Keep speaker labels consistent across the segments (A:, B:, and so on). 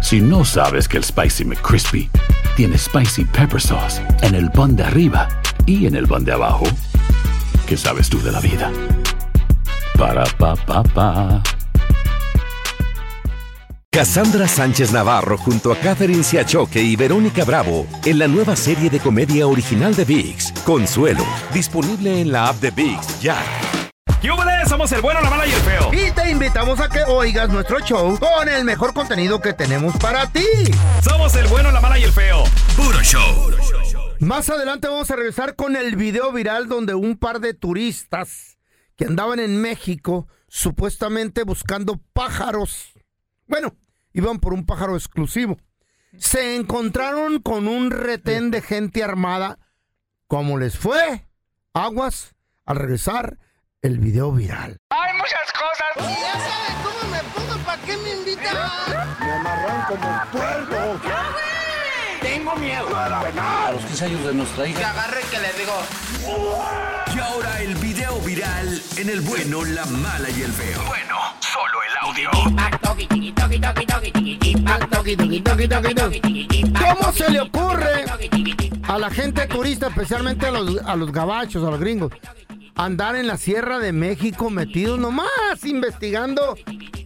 A: Si no sabes que el Spicy McCrispy tiene Spicy Pepper Sauce en el pan de arriba y en el pan de abajo, ¿qué sabes tú de la vida? Para, pa, pa, pa.
B: Cassandra Sánchez Navarro junto a Catherine Siachoque y Verónica Bravo en la nueva serie de comedia original de VIX, Consuelo, disponible en la app de VIX ya.
C: ¡Yúbales! Somos el bueno, la mala y el feo.
D: Y te invitamos a que oigas nuestro show con el mejor contenido que tenemos para ti.
C: Somos el bueno, la mala y el feo. Puro show.
D: Más adelante vamos a regresar con el video viral donde un par de turistas que andaban en México supuestamente buscando pájaros. Bueno, iban por un pájaro exclusivo. Se encontraron con un retén de gente armada. ¿Cómo les fue? Aguas, al regresar, el video viral.
E: Hay muchas cosas. Ya sabes cómo me pongo, ¿para qué me invitan? Me amarran como puerco.
F: Tengo miedo a la Los 15 años de nuestra hija.
E: Que agarre que le digo.
G: Y ahora el video viral en el bueno, la mala y el feo. Bueno, solo el audio.
D: ¿Cómo se le ocurre a la gente turista, especialmente a los, a los gabachos, a los gringos, andar en la Sierra de México metidos nomás investigando?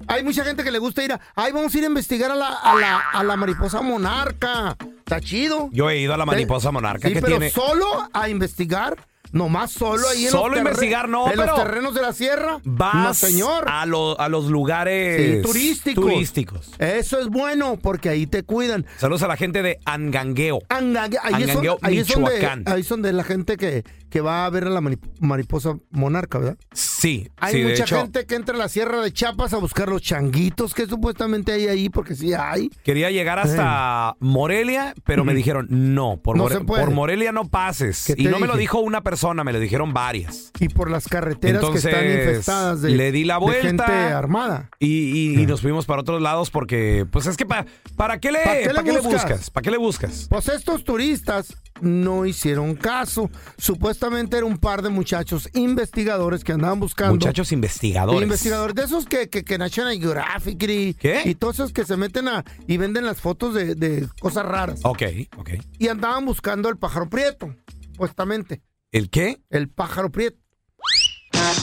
D: Hay mucha gente que le gusta ir a. Ay, vamos a ir a investigar a la, a la, a la mariposa monarca. Está chido.
C: Yo he ido a la mariposa monarca
D: Sí,
C: que
D: pero
C: tiene.
D: solo a investigar, nomás solo ahí en
C: Solo
D: los terre-
C: investigar, no,
D: en los
C: pero-
D: terrenos de la sierra.
C: Vas
D: no, señor.
C: A, lo- a los lugares
D: Sí, turísticos.
C: turísticos.
D: Eso es bueno porque ahí te cuidan.
C: Saludos a la gente de Angangueo.
D: Angangue- ahí, es
C: Angangueo,
D: donde, ahí, es donde,
C: Michoacán.
D: ahí es donde la gente que, que va a ver a la mari- mariposa monarca, ¿verdad?
C: Sí,
D: Hay
C: sí, de
D: mucha
C: hecho,
D: gente que entra a la sierra de Chiapas a buscar los changuitos que supuestamente hay ahí porque sí hay.
C: Quería llegar hasta Morelia, pero me dijeron, no, por,
D: No
C: More-
D: se puede.
C: por Morelia no pases.
D: ¿Qué
C: Y
D: te
C: no me lo
D: dije?
C: dijo una persona, me lo dijeron varias.
D: Y por las carreteras que están
C: Entonces,
D: infestadas de,
C: le di la
D: de
C: vuelta.
D: gente armada.
C: Y, y- y nos fuimos para otros lados porque, pues es que, pa- ¿para qué le,
D: ¿Para qué le
C: para qué le
D: buscas?
C: buscas? ¿Para qué le buscas?
D: Pues estos turistas no hicieron caso. Supuestamente era un par de muchachos investigadores que andaban buscando.
C: Muchachos investigadores.
D: Investigadores, de esos que, que, que National Geographic y,
C: ¿Qué?
D: y todos esos que se meten a y venden las fotos de, de cosas raras.
C: Ok, ok.
D: Y andaban buscando el pájaro prieto, supuestamente.
C: ¿El qué?
D: El pájaro prieto.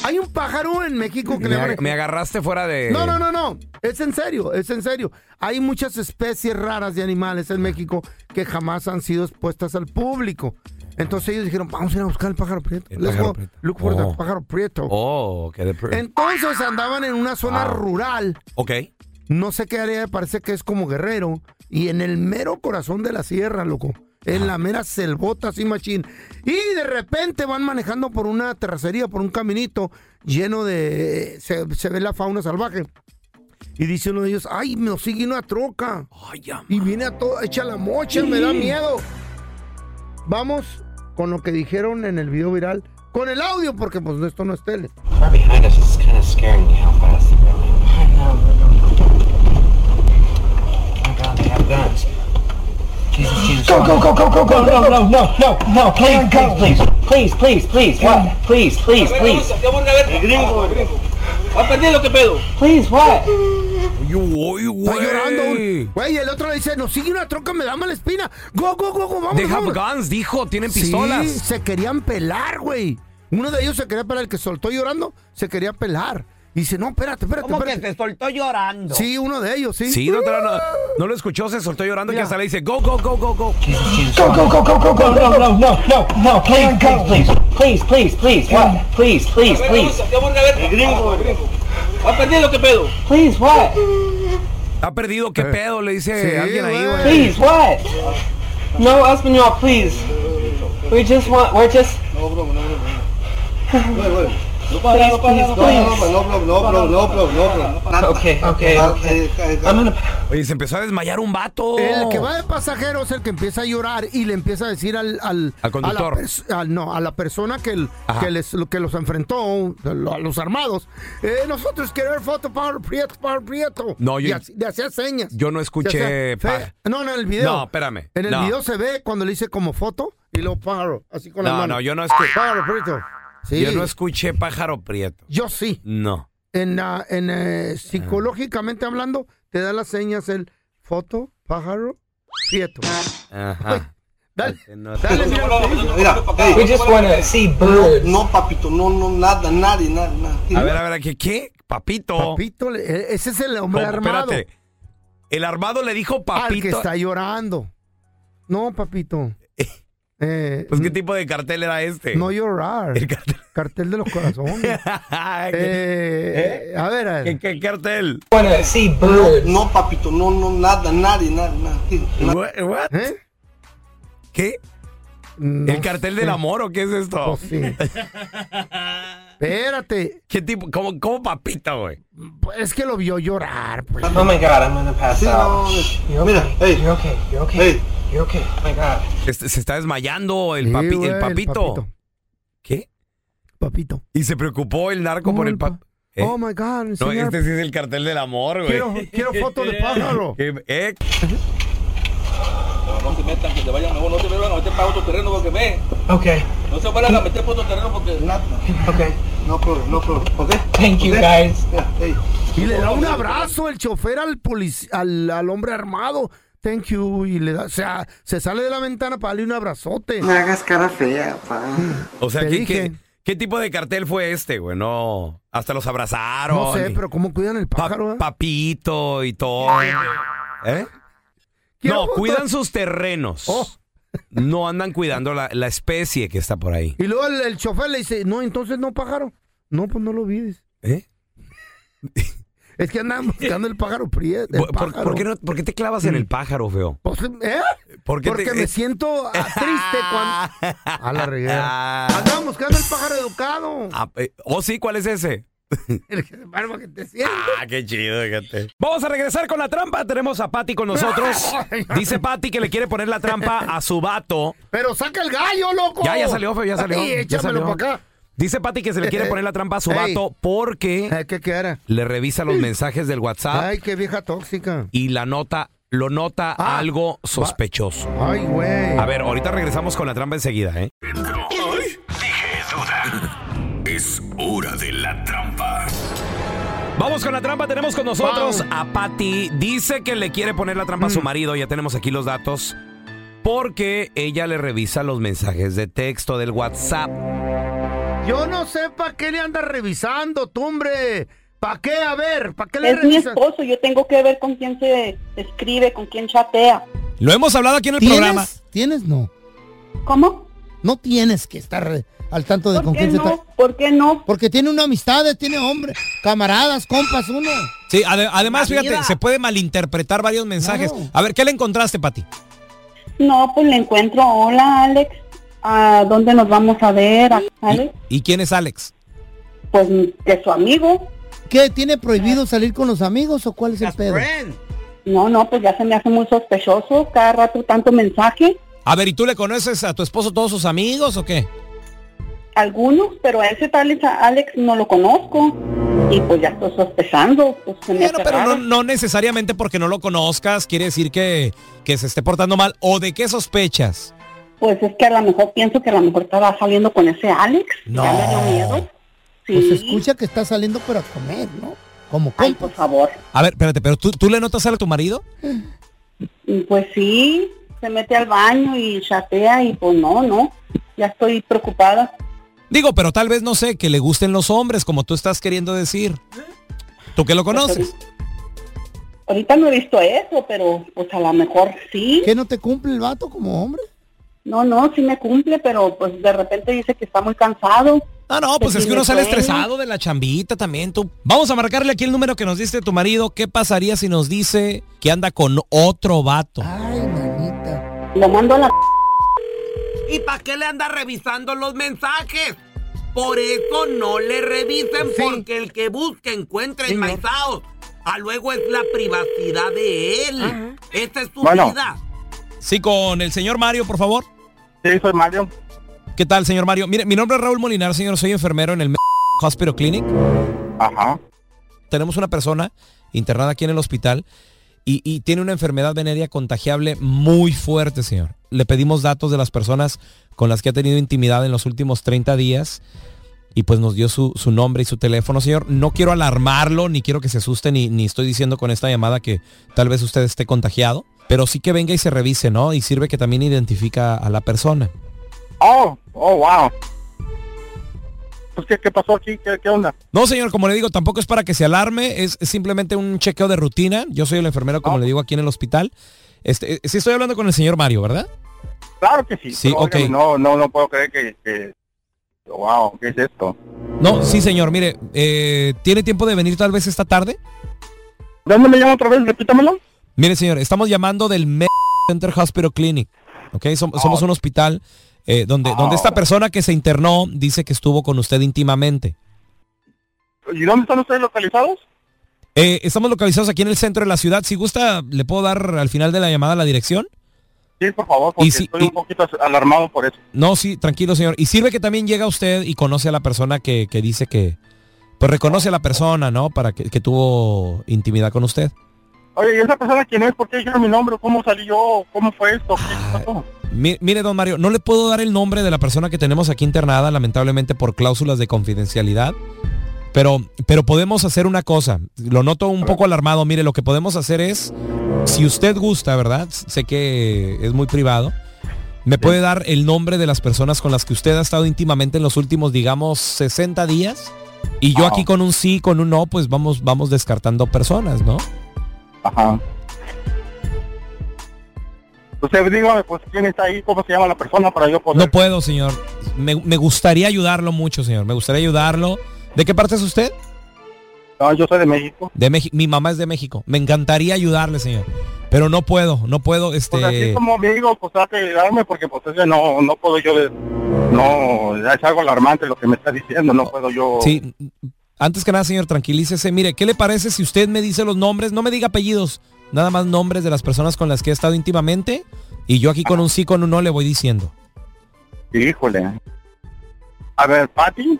D: Hay un pájaro en México que
C: Me,
D: le
C: ag-
D: llaman-
C: me agarraste fuera de.
D: No, no, no, no. Es en serio, es en serio. Hay muchas especies raras de animales en México que jamás han sido expuestas al público. Entonces ellos dijeron, vamos a ir a buscar el pájaro prieto.
C: El
D: Let's
C: pájaro
D: go
C: prieto.
D: look for the
C: Oh.
D: pájaro prieto.
C: Oh, Ah. ok. de pr-
D: Entonces andaban en una zona
C: Wow.
D: rural,
C: Ok.
D: no sé qué área, parece que es como Guerrero, y en el mero corazón de la sierra, loco. En la mera selvota, así machín. Y de repente van manejando por una terracería, por un caminito lleno de... eh, Se, se ve la fauna salvaje. Y dice uno de ellos, ay, nos sigue una troca.
C: Ay, ya.
D: Y viene a todo, echa la mocha, me da miedo. Vamos con lo que dijeron en el video viral, con el audio, porque pues esto no es tele.
F: Car behind us is kind of scaring me how fast they're going. I know. Oh my God, they have guns. Jesus, Jesus. Go, go, go, go, go, go. No, no, no, no, no, no. Please, please, please, please, please, please. What? Please, please, please.
H: ¿Va perdido qué pedo?
F: Please, what?
C: Ay, uy,
D: Está
C: güey.
D: llorando. un- Güey, el otro le dice, nos sigue una troca, me da mala espina. Go, go, go, go, vamos.
C: They have guns, dijo, tienen pistolas.
D: Sí, se querían pelar, güey. Uno de ellos se quería pelar, el que soltó llorando, se quería pelar. Y dice, no, espérate, espérate, espérate.
C: soltó llorando? Sí,
D: Sí, uno de ellos, sí.
C: doctora, no, no lo escuchó, se soltó llorando y
D: Mira.
C: hasta le dice, go, go, go, go,
F: Go,
C: go.
F: go, go, go, go, go. No, no, no, no, no. Please, please, please, please, please. What? Please, please, please.
H: ¿Va perdido qué pedo?
F: Please, what?
C: Ha perdido, qué pedo, le dice
D: Eh. Sí,
C: alguien ahí, güey.
D: güey.
F: Please, what? No Espanol, please. We just want, we're just. Please, please, please.
E: No, no, no, no, no, no, no, eh, no.
F: Okay, okay, okay. I'm gonna.
C: Oye, se empezó a desmayar un vato.
D: El que va de pasajero es el que empieza a llorar y le empieza a decir al, al,
C: Al conductor.
D: a la pers- al- no, a la persona que, el-
C: Ajá.
D: que, les, que los enfrentó, lo- a los armados. Eh, nosotros queremos foto para Prieto, para Prieto.
C: No, yo-
D: Y así- le hacía señas.
C: Yo no
D: Le
C: escuché
D: hacía-
C: pa-
D: fe- no, no, en el video.
C: No, espérame,
D: En el
C: no.
D: video se ve cuando le hice como foto y lo paro, así con la
C: No,
D: mano.
C: no, yo no escu-
D: Pájaro Prieto. Sí.
C: Yo no escuché pájaro prieto.
D: Yo sí.
C: No.
D: En, la- en eh, psicológicamente hablando, te da las señas el foto, pájaro, prieto.
C: Ajá.
D: Dale.
C: No,
D: Dale, mira,
E: eh, Mira,
F: We
E: hey,
F: just wanna see birds.
E: no, papito, no, no, nada, nadie, nada, nada.
C: A ver, a ver, ¿qué? qué? Papito.
D: papito, le- e- ese es el hombre
C: ¿Cómo?
D: armado
C: Espérate. El armado le dijo
D: al que
C: papito.
D: está llorando. No, papito. Eh,
C: Pues, ¿qué tipo de cartel era este?
D: no llorar.
C: El cartel. ¿Eh?
D: Cartel de los corazones.
C: ¿Qué,
D: Eh, A ver, a
C: qué-
D: ver.
C: qué cartel?
F: Wanna see birds.
E: No, papito, no, no, nada, nadie, nada, nada.
C: What- what?
D: ¿Eh?
C: ¿Qué?
D: No
C: ¿El cartel
D: sé.
C: del amor o qué es esto?
D: Pues sí. Espérate. Pues
C: ¿Qué tipo? ¿Cómo, cómo papito, güey?
D: Es que lo vio llorar. Pues.
F: Oh my God, I'm gonna pass
E: Sí,
F: out.
E: no,
F: Shh, You're
E: mira,
F: okay.
E: hey.
F: You're okay. You're okay.
E: Hey.
F: You're okay. Oh my God.
C: Este- se está desmayando el,
D: Sí,
C: papi-
D: güey,
C: el papito. ¿Qué?
D: Papito.
C: Y se preocupó el narco por el papito.
D: Culpa. Oh my God,
C: ¿Eh? No,
D: señor,
C: este sí es el cartel del amor, güey.
D: quiero, quiero foto de pájaro.
C: ¿Qué- eh?
H: No se metan, que se vayan mejor, no se vayan a meter para otro terreno porque ve,
F: Okay.
H: no se vayan a meter para otro terreno porque
F: Okay.
E: No problem, no problem, ¿ok?
F: Thank you
E: Okay.
F: guys.
E: Yeah, hey.
D: Y le da un abrazo el chofer al, polic- al, al hombre armado. Thank you. Y le da, o sea, se sale de la ventana para darle un abrazote.
E: hagas cara fea, pa.
C: O sea,
D: Te
C: ¿qué,
D: dije.
C: qué, qué tipo de cartel fue este, güey? No, hasta los abrazaron.
D: No sé, pero ¿cómo cuidan el
C: Pa-
D: pájaro? eh?
C: papito y todo. ¿Eh?
D: Quiero
C: No,
D: foto-
C: cuidan sus terrenos.
D: Oh.
C: No andan cuidando la, la especie que está por ahí.
D: Y luego el, el chofer le dice, no, entonces no, pájaro. No, pues no lo olvides.
C: ¿Eh?
D: Es que andan buscando el pájaro prieto. el
C: ¿Por, por-
D: pájaro.
C: por qué no- por qué te clavas en el pájaro, feo?
D: Pues, ¿eh?
C: ¿Por qué te-
D: Porque me siento ah, triste cuando... A la reguera.
C: Ah,
D: Andaban buscando el pájaro educado.
C: ah, eh, oh, sí, ¿cuál es ese?
D: El que- barba que te siente.
C: Ah, qué chido, fíjate. Vamos a regresar con la trampa. Tenemos a Patty con nosotros. Dice Patty que le quiere poner la trampa a su vato.
D: Pero saca el gallo, loco.
C: Ya, ya salió, feo, ya salió.
D: Oh. Ay,
C: ya
D: échamelo
C: salió.
D: para acá. Eh,
C: Dice Patty que se le quiere poner la trampa a su
D: Ey. Eh.
C: vato porque
D: Ay, ¿Qué quiera?
C: le revisa los mensajes del WhatsApp
D: Ay, qué vieja tóxica.
C: y la nota, lo nota
D: Ah.
C: algo sospechoso.
D: Ay, güey.
C: A ver, ahorita regresamos con la trampa enseguida, ¿eh?
G: Dije duda. Es hora de la trampa.
C: Vamos con la trampa, tenemos con nosotros a Patty. Dice que le quiere poner la
D: Mm.
C: trampa a su marido, ya tenemos aquí los datos. Porque ella le revisa los mensajes de texto del WhatsApp.
D: Yo no sé para qué le anda revisando, tumbre. ¿Para qué? A ver, ¿para qué le
I: Es mi
D: revisa?
I: esposo, yo tengo que ver con quién se escribe, con quién chatea.
C: Lo hemos hablado aquí en el programa.
D: ¿Tienes? No.
I: ¿Cómo?
D: No tienes que estar re- al tanto de
I: ¿Por
D: con
I: qué
D: quién se
I: no?
D: está.
I: ¿Por qué no?
D: Porque tiene una amistad, eh, tiene hombre, camaradas, compas, uno.
C: Sí, además,
D: Amiga. fíjate, se
C: puede malinterpretar varios
D: mensajes. Claro.
C: A ver, ¿qué le encontraste, Pati?
I: No, pues le encuentro, hola Alex, ¿a dónde nos vamos a ver, a- Alex?
C: ¿Y quién es Alex?
I: Pues que su amigo.
D: ¿Qué? ¿Tiene prohibido salir con los amigos o cuál es el pedo?
I: No, no, pues ya se me hace muy sospechoso, cada rato tanto mensaje,
C: A ver, ¿y tú le conoces a tu esposo todos sus amigos o qué?
I: algunos, pero a ese tal a Alex no lo conozco. Y pues ya estoy sospechando, pues se me
J: Bueno,
I: hace
J: pero no,
I: raro.
J: no necesariamente porque no lo conozcas quiere decir que, que se esté portando mal. ¿O de qué sospechas?
I: Pues es que a lo mejor pienso que a lo mejor estaba saliendo con ese Alex.
J: No.
I: Ya me dio miedo. Sí.
D: Pues escucha que está saliendo para comer, ¿no? Como
I: Ay,
D: compas.
I: por favor.
J: A ver, espérate, pero ¿tú, tú le notas algo a tu marido?
I: Y Pues sí, se mete al baño y chatea y pues no, no. Ya estoy preocupada.
J: Digo, pero tal vez no sé, que le gusten los hombres, como tú estás queriendo decir. ¿Tú que lo conoces?
I: Ahorita no he visto eso, pero pues a lo mejor sí.
D: ¿Qué no te cumple el vato como hombre?
I: No, no, sí me cumple, pero pues de repente dice que está muy cansado.
J: No, no, pues
I: Que
J: es
I: si
J: que uno
I: me
J: sale
I: sueño.
J: estresado de la chambita también. Tú. Vamos a marcarle aquí el número que nos diste tu marido. ¿Qué pasaría si nos dice que anda con otro vato?
D: Ay, manita.
I: Lo mando a la...
C: ¿Y para qué le anda revisando los mensajes?
K: Por eso no le revisen, porque el que busca encuentra enmaizados. A luego es la privacidad de él. Esta es tu
J: Bueno.
K: vida.
J: Sí, con el señor Mario, por favor.
L: Sí, soy Mario.
J: ¿Qué tal, señor Mario? Mire, mi nombre es Raúl Molinar, señor. Soy enfermero en el M- Hospital Clinic.
L: Ajá.
J: Tenemos una persona internada aquí en el hospital y, y tiene una enfermedad venérea contagiable muy fuerte, señor. Le pedimos datos de las personas con las que ha tenido intimidad en los últimos 30 días y pues nos dio su, su nombre y su teléfono, señor. No quiero alarmarlo, ni quiero que se asuste, ni, ni estoy diciendo con esta llamada que tal vez usted esté contagiado, pero sí que venga y se revise, ¿no? Y sirve que también identifica a la persona.
L: Oh, oh, wow. Pues, ¿qué, qué pasó aquí? ¿Qué, qué onda?
J: No, señor, como le digo, tampoco es para que se alarme, es es simplemente un chequeo de rutina. Yo soy el enfermero, como le digo, aquí en el hospital. Este, eh, sí estoy hablando con el señor Mario, ¿verdad?
L: Claro que sí.
J: Sí,
L: pero,
J: ok.
L: óigame, No, no, no puedo creer que, que- Wow, ¿qué es esto?
J: No, sí, señor, mire, eh, ¿tiene tiempo de venir tal vez esta tarde?
L: ¿Dónde me llama otra vez? Repítamelo.
J: Mire, señor, estamos llamando del Med Center Hospital Clinic, ¿ok? Som-
L: Ah,
J: somos un hospital eh, donde, donde esta persona que se internó dice que estuvo con usted íntimamente.
L: ¿Y dónde están ustedes localizados?
J: Eh, estamos localizados aquí en el centro de la ciudad. Si gusta, le puedo dar al final de la llamada la dirección.
L: Sí, por favor, porque
J: Y si-
L: estoy un poquito alarmado por eso.
J: No, sí, tranquilo, señor. Y sirve que también llega usted y conoce a la persona que, que dice que... Pues reconoce a la persona, ¿no? Para que, que tuvo intimidad con usted.
L: Oye, ¿y esa persona quién es? ¿Por qué dijeron mi nombre? ¿Cómo salí yo? ¿Cómo fue esto?
J: Ah.
L: ¿Qué pasó?
J: Mi- Mire, don Mario, no le puedo dar el nombre de la persona que tenemos aquí internada, lamentablemente por cláusulas de confidencialidad. Pero, pero podemos hacer una cosa. Lo noto un poco alarmado. Mire, lo que podemos hacer es, si usted gusta, ¿verdad? Sé que es muy privado. ¿Me puede dar el nombre de las personas con las que usted ha estado íntimamente en los últimos, digamos, 60 días? Y yo
L: Ajá.
J: aquí con un sí, con un no, pues vamos, vamos descartando personas, ¿no?
L: Ajá. Usted dígame, pues, ¿quién está ahí? ¿Cómo se llama la persona para yo poder...?
J: No puedo, señor. Me, me gustaría ayudarlo mucho, señor. Me gustaría ayudarlo. ¿De qué parte es usted?
L: No, Ah, yo soy de México.
J: De México. Mi mamá es de México. Me encantaría ayudarle, señor. Pero no puedo, no puedo, este.
L: Pues así como me digo, pues trate de ayudarme porque pues ese no, no puedo yo, de- no, ya es algo alarmante lo que me está diciendo, no puedo yo...
J: Sí. Antes que nada, señor, tranquilícese. Mire, ¿qué le parece si usted me dice los nombres? No me diga apellidos, nada más nombres de las personas con las que he estado íntimamente. Y yo aquí
L: Ah.
J: con un sí, con un no le voy diciendo.
L: Híjole. A ver, Pati,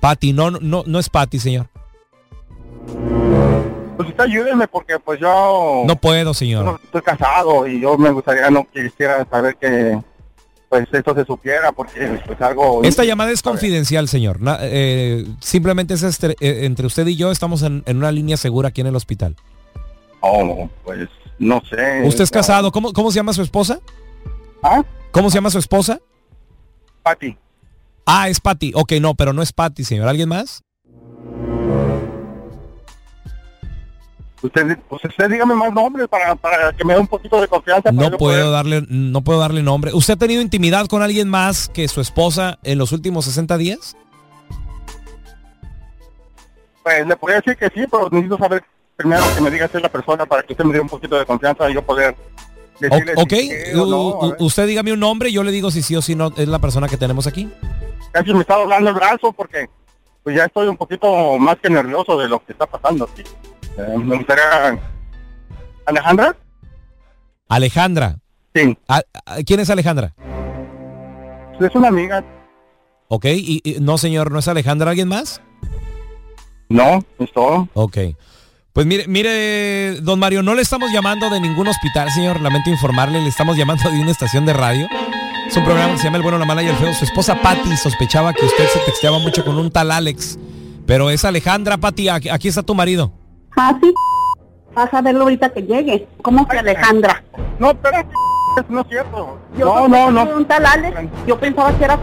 J: Pati, no, no, no es Pati, señor.
L: pues usted ayúdeme porque pues yo
J: No puedo, señor.
L: estoy casado y yo me gustaría, no quisiera saber que pues esto se supiera porque pues algo...
J: Esta llamada es confidencial, señor. Na- eh, simplemente es estre- eh, entre usted y yo estamos en, en una línea segura aquí en el hospital.
L: Oh, pues no sé.
J: Usted es
L: no.
J: casado. ¿Cómo, cómo se llama su esposa?
L: ¿Ah?
J: ¿Cómo se llama su esposa?
L: Pati.
J: Ah, es Pati. Ok, no, pero no es Pati, señor. ¿Alguien más?
L: Usted, pues usted dígame más nombres para, para que me dé un poquito de confianza. para
J: No
L: yo
J: puedo darle, no puedo darle nombre. ¿Usted ha tenido intimidad con alguien más que su esposa en los últimos 60 días?
L: Pues le podría decir que sí, pero necesito saber primero que me diga si es la persona para que usted me dé un poquito de confianza y yo poder
J: O-
L: decirle
J: ok,
L: si sí o no.
J: u- u- usted dígame un nombre, yo le digo si sí o si no es la persona que tenemos aquí.
L: Casi me está doblando el brazo porque pues ya estoy un poquito más que nervioso de lo que está pasando. sí. Eh, me gustaría... ¿Alejandra?
J: Alejandra. Ah,
L: Sí.
J: ¿Quién es Alejandra?
L: Es una amiga.
J: Ok, y, y- no señor, no es Alejandra, ¿alguien más?
L: No, es todo.
J: Ok. Pues mire, mire, don Mario, no le estamos llamando de ningún hospital, señor. Lamento informarle, le estamos llamando de una estación de radio. Es un programa que se llama El Bueno, la Mala y el Feo. Su esposa Patty sospechaba que usted se texteaba mucho con un tal Alex. Pero es Alejandra, Patty, aquí, aquí está tu marido.
I: Ah, sí. Vas a verlo ahorita que llegue. ¿Cómo que Alejandra?
L: No, espérate, no es cierto.
I: Yo
L: No, no,
I: tampoco
L: no.
I: soy un tal Alex. Yo pensaba que era...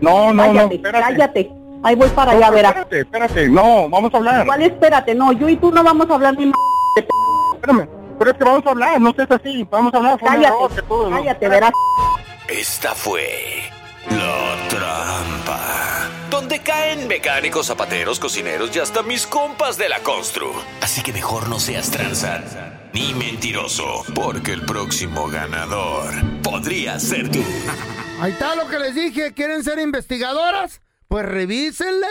L: No, no, no,
I: cállate,
L: espérate.
I: cállate. Ahí voy para allá, verás.
L: Espérate, espérate, no, vamos a hablar.
I: ¿Cuál espérate? No, yo y tú no vamos a hablar ni más.
L: Espérame, pero es que vamos a hablar, no seas así, vamos a hablar. fue un
I: Cállate,
L: error que todo, ¿no?
I: cállate, verás.
G: Esta fue la trampa. Donde caen mecánicos, zapateros, cocineros y hasta mis compas de la constru. Así que mejor no seas tranza ni mentiroso, porque el próximo ganador podría ser tú.
D: Ahí está lo que les dije. ¿Quieren ser investigadoras? Pues revísenle.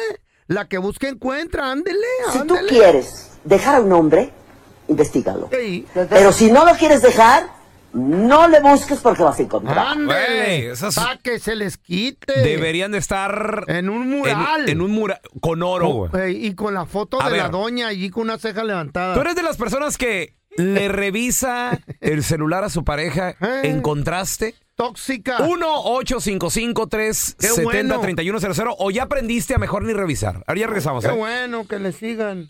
D: La que busque encuentra, ándele,
M: Si tú quieres dejar a un hombre, investigalo. Pero si no lo quieres dejar, no le busques porque vas a encontrar.
D: Ah.
J: Güey,
D: ¡Ándele!
J: esas-
D: Pa' que se les quite.
J: Deberían de estar en un mural. Oh, eh. En, un mural con oro, güey.
D: Ey, Oh, eh, y con la foto
J: A
D: de la
J: ver.
D: doña allí con una ceja levantada.
J: Tú eres de las personas que le revisa el celular a su pareja en contraste.
D: Tóxica.
J: 1-855-370-3100 o ya aprendiste a mejor ni revisar. Ahora ya regresamos.
D: Qué
J: ¿eh?
D: bueno que le sigan.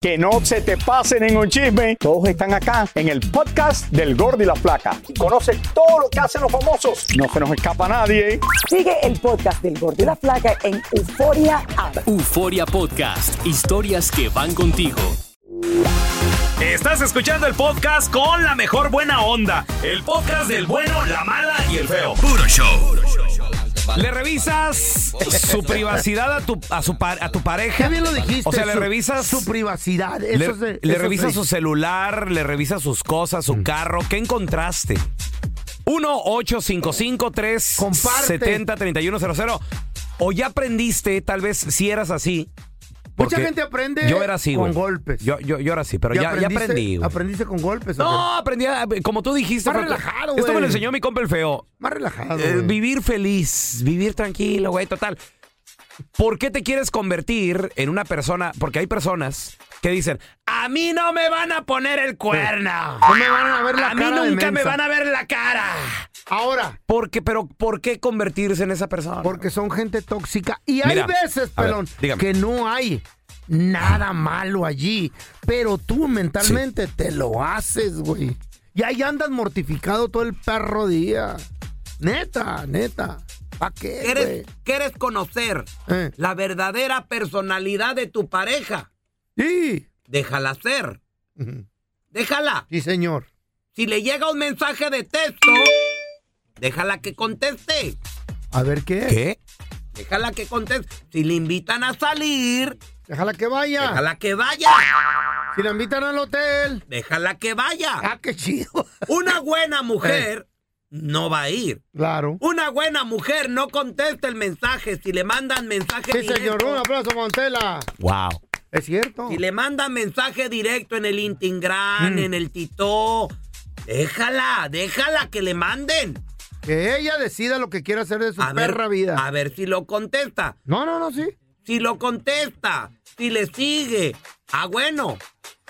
N: Que no se te pase ningún chisme. Todos están acá en el podcast del Gordi y la Flaca. Y conoce todo lo que hacen los famosos. No se nos escapa nadie.
M: Sigue el podcast del Gordo y la Flaca en Euforia App.
O: Euforia Podcast, historias que van contigo.
J: Estás escuchando el podcast con la mejor buena onda. El podcast del bueno, la mala y el feo. Puro show. Le revisas su privacidad a tu, a su par- a tu pareja.
D: Qué bien lo dijiste.
J: O sea, le
D: su-
J: revisas
D: su privacidad.
J: Le,
D: Eso se-
J: le
D: eso
J: revisa
D: se-
J: su celular, le revisa sus cosas,
D: Mm.
J: su carro. ¿Qué encontraste? 1-855-370-3100. O ya aprendiste, tal vez, si eras así.
D: Mucha
J: porque
D: gente aprende
J: Yo era así,
D: con
J: güey.
D: golpes.
J: Yo, yo, yo era así, pero
D: ¿Y
J: ya, ya
D: aprendiste-
J: aprendí. güey.
D: Aprendiste con golpes.
J: No, aprendí, a- como tú dijiste.
D: Más
J: fue-
D: relajado,
J: Esto me
D: güey.
J: lo enseñó mi compa el feo.
D: Más relajado.
J: Eh,
D: güey.
J: vivir feliz, vivir tranquilo, güey, total. ¿Por qué te quieres convertir en una persona? Porque hay personas que dicen, a mí no me van a poner el cuerno.
D: No me van a ver Eh, la
J: A mí
D: cara de
J: nunca me
D: mensa".
J: van a ver la cara.
D: Ahora.
J: ¿Por qué? Pero ¿por qué convertirse en esa persona?
D: Porque son gente tóxica. Y hay
J: Mira,
D: veces,
J: a ver,
D: pelón,
J: dígame.
D: que no hay nada malo allí. Pero tú mentalmente te lo haces, güey. Y ahí andas mortificado todo el perro día. Neta, neta. ¿Para qué? güey? Eh.
C: ¿Quieres, quieres conocer la verdadera personalidad de tu pareja?
D: Sí.
C: Déjala ser. Déjala.
D: Sí, señor.
C: Si le llega un mensaje de texto, déjala que conteste.
D: A ver qué.
J: ¿Qué?
C: Déjala que conteste. Si le invitan a salir,
D: déjala que vaya.
C: Déjala que vaya.
D: Si la invitan al hotel.
C: Déjala que vaya.
D: Ah, qué chido.
C: Una buena mujer no va a ir.
D: Claro.
C: Una buena mujer no contesta el mensaje si le mandan mensaje
D: Sí,
C: directo.
D: señor. Un aplauso, Montela.
J: Wow.
D: Es cierto.
C: Si le mandan mensaje directo en el Intingran,
D: Mm.
C: en el Tito, déjala, déjala que le manden.
D: Que ella decida lo que quiera hacer de su perra vida.
C: A ver si lo contesta.
D: No, no, no, sí.
C: Si lo contesta, si le sigue. Ah, bueno.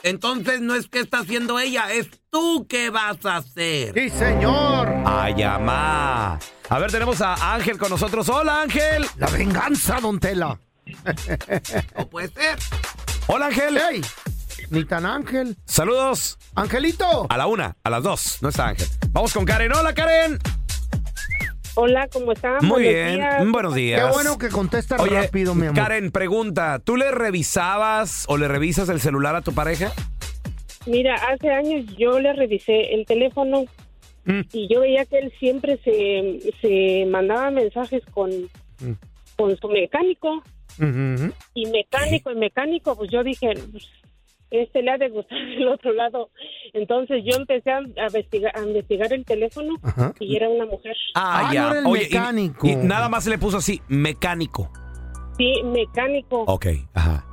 C: Entonces no es que está haciendo ella, es tú que vas a hacer.
D: Sí, señor.
J: Ay, amá. A ver, tenemos a Ángel con nosotros. Hola, Ángel.
D: La venganza, don Tela.
C: No puede ser.
J: Hola, Ángel.
D: Hey, ni tan Ángel.
J: Saludos.
D: Angelito.
J: A la una, a las dos. No está Ángel. Vamos con Karen. Hola, Karen.
P: Hola, ¿cómo están?
J: Muy
P: Buenos
J: bien,
P: días.
J: buenos días.
D: Qué bueno que contesta
J: Oye,
D: rápido, mi amor.
J: Karen, pregunta, ¿tú le revisabas o le revisas el celular a tu pareja?
P: Mira, hace años yo le revisé el teléfono y yo veía que él siempre se, se mandaba mensajes con,
D: Mm.
P: con su mecánico
D: Ujú.
P: y mecánico y mecánico, pues yo dije, "Pues, este le ha de gustar el otro lado. Entonces yo empecé a, a investigar, a investigar el teléfono
J: Ajá.
P: y era una mujer.
D: Ah,
J: Ah, ya. Oye, y- Y, nada más le puso así, mecánico.
P: Sí, mecánico.
J: Ok, ajá.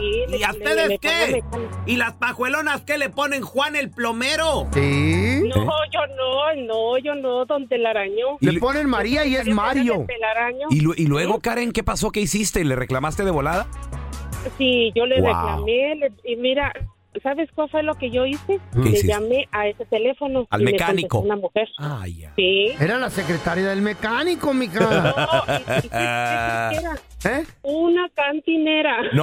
P: Sí,
C: ¿Y a
P: le-
C: ustedes
P: le pongo
C: qué? ¿Y las pajuelonas qué le ponen Juan el plomero?
D: Sí.
J: ¿Eh?
P: No, yo no, no, yo no, don Telaraño.
J: Le ponen
D: María y es
P: Yo soy
D: Mario.
P: del Telaraño.
J: Y, lu- y luego, Karen, ¿qué pasó? ¿Qué hiciste? ¿Le reclamaste de volada?
P: Sí, yo le
J: Wow.
P: reclamé, le- y mira, ¿sabes cuál fue lo que yo hice?
D: ¿Qué
P: Le
D: hiciste?
P: llamé a ese teléfono.
C: Al
P: y me contestó
C: mecánico. Ah.
P: una mujer.
J: Ah,
C: Ay,
P: Sí.
D: Era la secretaria del mecánico, mi cara.
P: Era una cantinera.
J: Oh.
C: ¡No!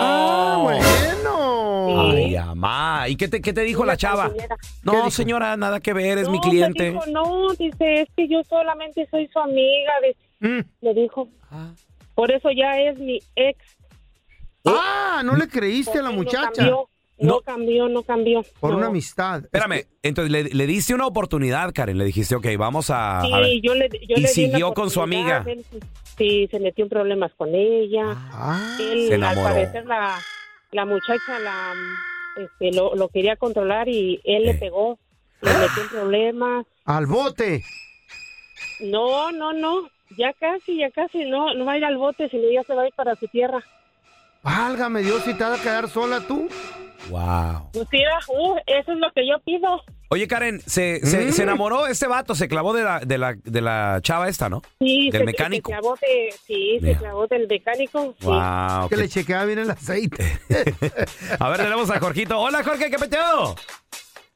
D: Ah, bueno.
C: Ay, mamá. ¿Y qué te, qué te dijo la chava?
P: ¿Qué
C: No,
P: dijo?
C: señora, nada que ver, es mi
P: No, me
C: cliente.
P: dijo, no, dice, es que yo solamente soy su amiga. De...
D: Mm.
P: Le dijo.
C: Ah.
P: Por eso ya es mi ex.
D: Ah, no le creíste a la muchacha.
P: cambió, No, cambió, no cambió.
D: Por
P: No.
D: una amistad.
C: Espérame, entonces le, le diste una oportunidad, Karen. Le dijiste, ok, vamos a.
P: Sí,
C: a ver".
P: yo le, yo
C: y
P: le di
C: siguió
P: una
C: con su
P: oportunidad,
C: amiga. Ah.
P: él sí, se metió en problemas con ella.
D: Ah,
P: Él,
C: Se enamoró.
P: Al parecer, la, la muchacha la, este, lo, lo quería controlar y él le pegó. Le
C: ¡Ah!
P: metió en problemas.
D: Al bote.
P: No, no, no. Ya casi, ya casi. No, no va a ir al bote, sino ya se va a ir para su tierra.
D: Válgame Dios, si te vas a quedar sola tú.
C: Wow.
P: Pues mira, uh, eso es lo que yo pido.
C: Oye, Karen, se, se-
P: Mm.
C: se enamoró este vato, se clavó de la, de la, de la chava esta, ¿no?
P: Sí,
C: Del
P: se-
C: mecánico.
P: Se clavó de- sí, se
C: Mira.
P: clavó del mecánico. sí.
C: Wow.
D: Que le chequeaba bien el aceite.
C: A ver, tenemos a Jorgito. Hola, Jorge, ¿qué peteo?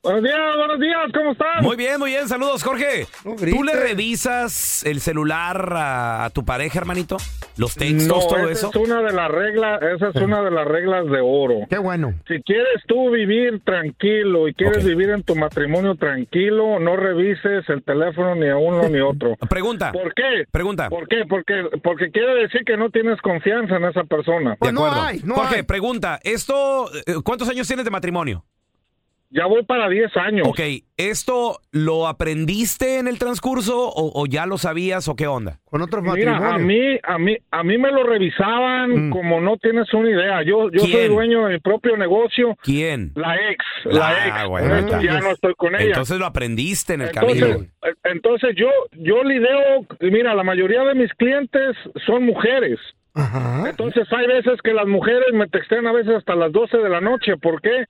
Q: Buenos días, buenos días, ¿cómo están?
C: Muy bien, muy bien, saludos, Jorge.
Q: grites.
C: ¿Tú le revisas el celular a, a tu pareja, hermanito? ¿Los textos,
Q: No,
C: todo
Q: esa
C: eso?
Q: Es una de las reglas, esa es una de las reglas de oro.
D: Qué bueno.
Q: Si quieres tú vivir tranquilo y quieres vivir en tu matrimonio tranquilo, no revises el teléfono ni a uno ni a otro.
C: Pregunta.
Q: ¿Por qué?
C: Pregunta.
Q: ¿Por qué? Porque porque quiere decir que no tienes confianza en esa persona.
D: Pues
C: De acuerdo. Jorge, pregunta, esto, eh, ¿cuántos años tienes de matrimonio?
Q: Ya voy para 10 años.
C: Ok, ¿esto lo aprendiste en el transcurso o, o ya lo sabías o qué onda?
D: Con otros
Q: Mira, a mí, a mí, a mí me lo revisaban como no tienes una idea. Yo, yo soy
C: ¿Quién?
Q: dueño de mi propio negocio.
C: ¿Quién?
Q: La ex, la,
C: Ah,
Q: ex.
C: bueno, ahí
Q: Entonces,
C: está.
Q: ya no estoy con ella.
C: Entonces lo aprendiste en el camino.
Q: Entonces, eh, entonces yo, yo lideo, mira, la mayoría de mis clientes son mujeres. Entonces hay veces que las mujeres me textean a veces hasta las 12 de la noche. ¿Por qué?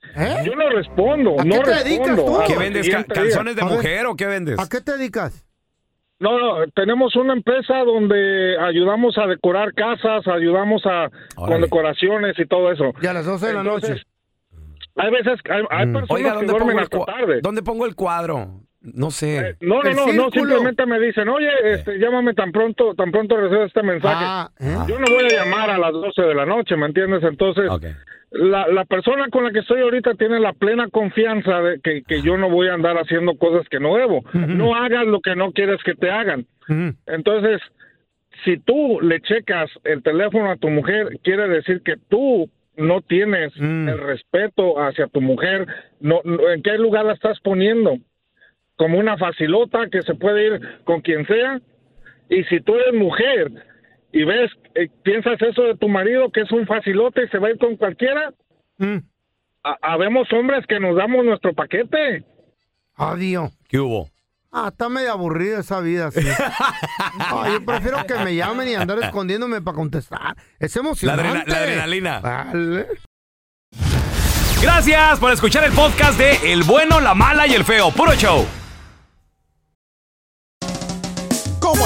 Q: Yo no respondo.
D: ¿A
Q: no
D: qué te dedicas
Q: respondo.
D: tú?
Q: al
D: ¿Qué vendes, ca-
Q: siguiente día.
C: ¿Canciones de mujer o qué vendes?
D: ¿A qué te dedicas?
Q: No, no, tenemos una empresa donde ayudamos a decorar casas, ayudamos a con decoraciones y todo eso.
D: Y a las 12 de la noche.
Q: Hay veces, hay, hay
C: Mm.
Q: personas
C: Oiga,
Q: que
C: ¿dónde
Q: duermen
C: pongo, el
Q: hasta
C: cua-
Q: tarde. Eh,
C: ¿dónde pongo el cuadro? No sé.
Q: No, no,
C: El
Q: no, no,
C: círculo. Eh.
Q: simplemente me dicen, oye, este, llámame tan pronto, tan pronto recibes este mensaje.
C: Ah,
D: ¿eh?
Q: Yo no voy a llamar a las 12 de la noche, ¿me entiendes? Entonces, la, la persona con la que estoy ahorita tiene la plena confianza de que, que yo no voy a andar haciendo cosas que no debo. No hagas lo que no quieres que te hagan. Entonces, si tú le checas el teléfono a tu mujer, quiere decir que tú no tienes
D: Mm.
Q: Mm. el respeto hacia tu mujer. No, no- ¿En qué lugar la estás poniendo? Como una facilota que se puede ir con quien sea. Y si tú eres mujer y ves, eh, piensas eso de tu marido, que es un facilote y se va a ir con cualquiera, ha- habemos hombres que nos damos nuestro paquete.
D: Adiós.
C: ¿Qué hubo?
D: Ah, está medio aburrida esa vida. sí. No, yo prefiero que me llamen y andar escondiéndome para contestar. Es
C: La,
D: emocionante.
C: adrena- la adrenalina.
D: Vale.
C: Gracias por escuchar el podcast de El bueno, la mala y el feo. Puro show.
R: ¿Cómo